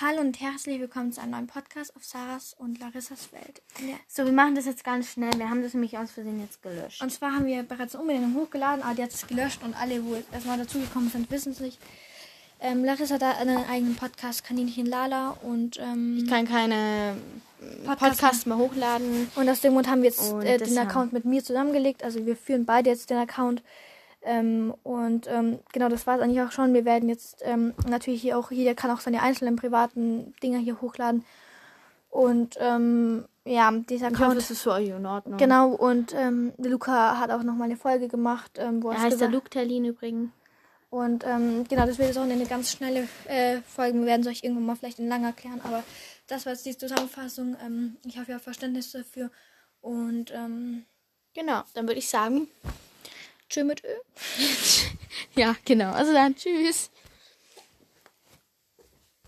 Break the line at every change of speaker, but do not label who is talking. Hallo und herzlich willkommen zu einem neuen Podcast auf Sarahs und Larissas Welt. So, wir machen das jetzt ganz schnell. Wir haben das nämlich aus Versehen jetzt gelöscht. Und zwar haben wir bereits eine Umbenennung hochgeladen, aber die hat es gelöscht und alle, wo jetzt erstmal dazugekommen sind, wissen es nicht. Ähm, Larissa hat da einen eigenen Podcast, Kaninchen Lala und ähm,
Ich kann keine Podcasts
Podcasts
mehr hochladen.
Und aus dem Grund haben wir jetzt
Und
äh,
das
den
haben-
Account mit mir zusammengelegt. Also wir führen beide jetzt den Account. Ähm, und ähm, genau, das war es eigentlich auch schon. Wir werden jetzt ähm, natürlich hier auch, jeder kann auch seine einzelnen privaten Dinger hier hochladen. Und ähm, ja, dieser
Ich hoffe,
Account.
es ist für euch in Ordnung.
Genau, und ähm, der Luca hat auch nochmal eine Folge gemacht, ähm, wo
Er
er's
heißt der
gesagt-
Luke Terlin übrigens.
Und ähm, genau, das wird jetzt auch eine ganz schnelle äh, Folge. Wir werden es euch irgendwann mal vielleicht in lang erklären. Aber das war jetzt die Zusammenfassung. Ähm, ich hoffe, ihr habt Verständnis dafür. Und ähm,
Genau, dann würde ich sagen,
Tschö mit Ö.
ja, genau. Also dann, tschüss.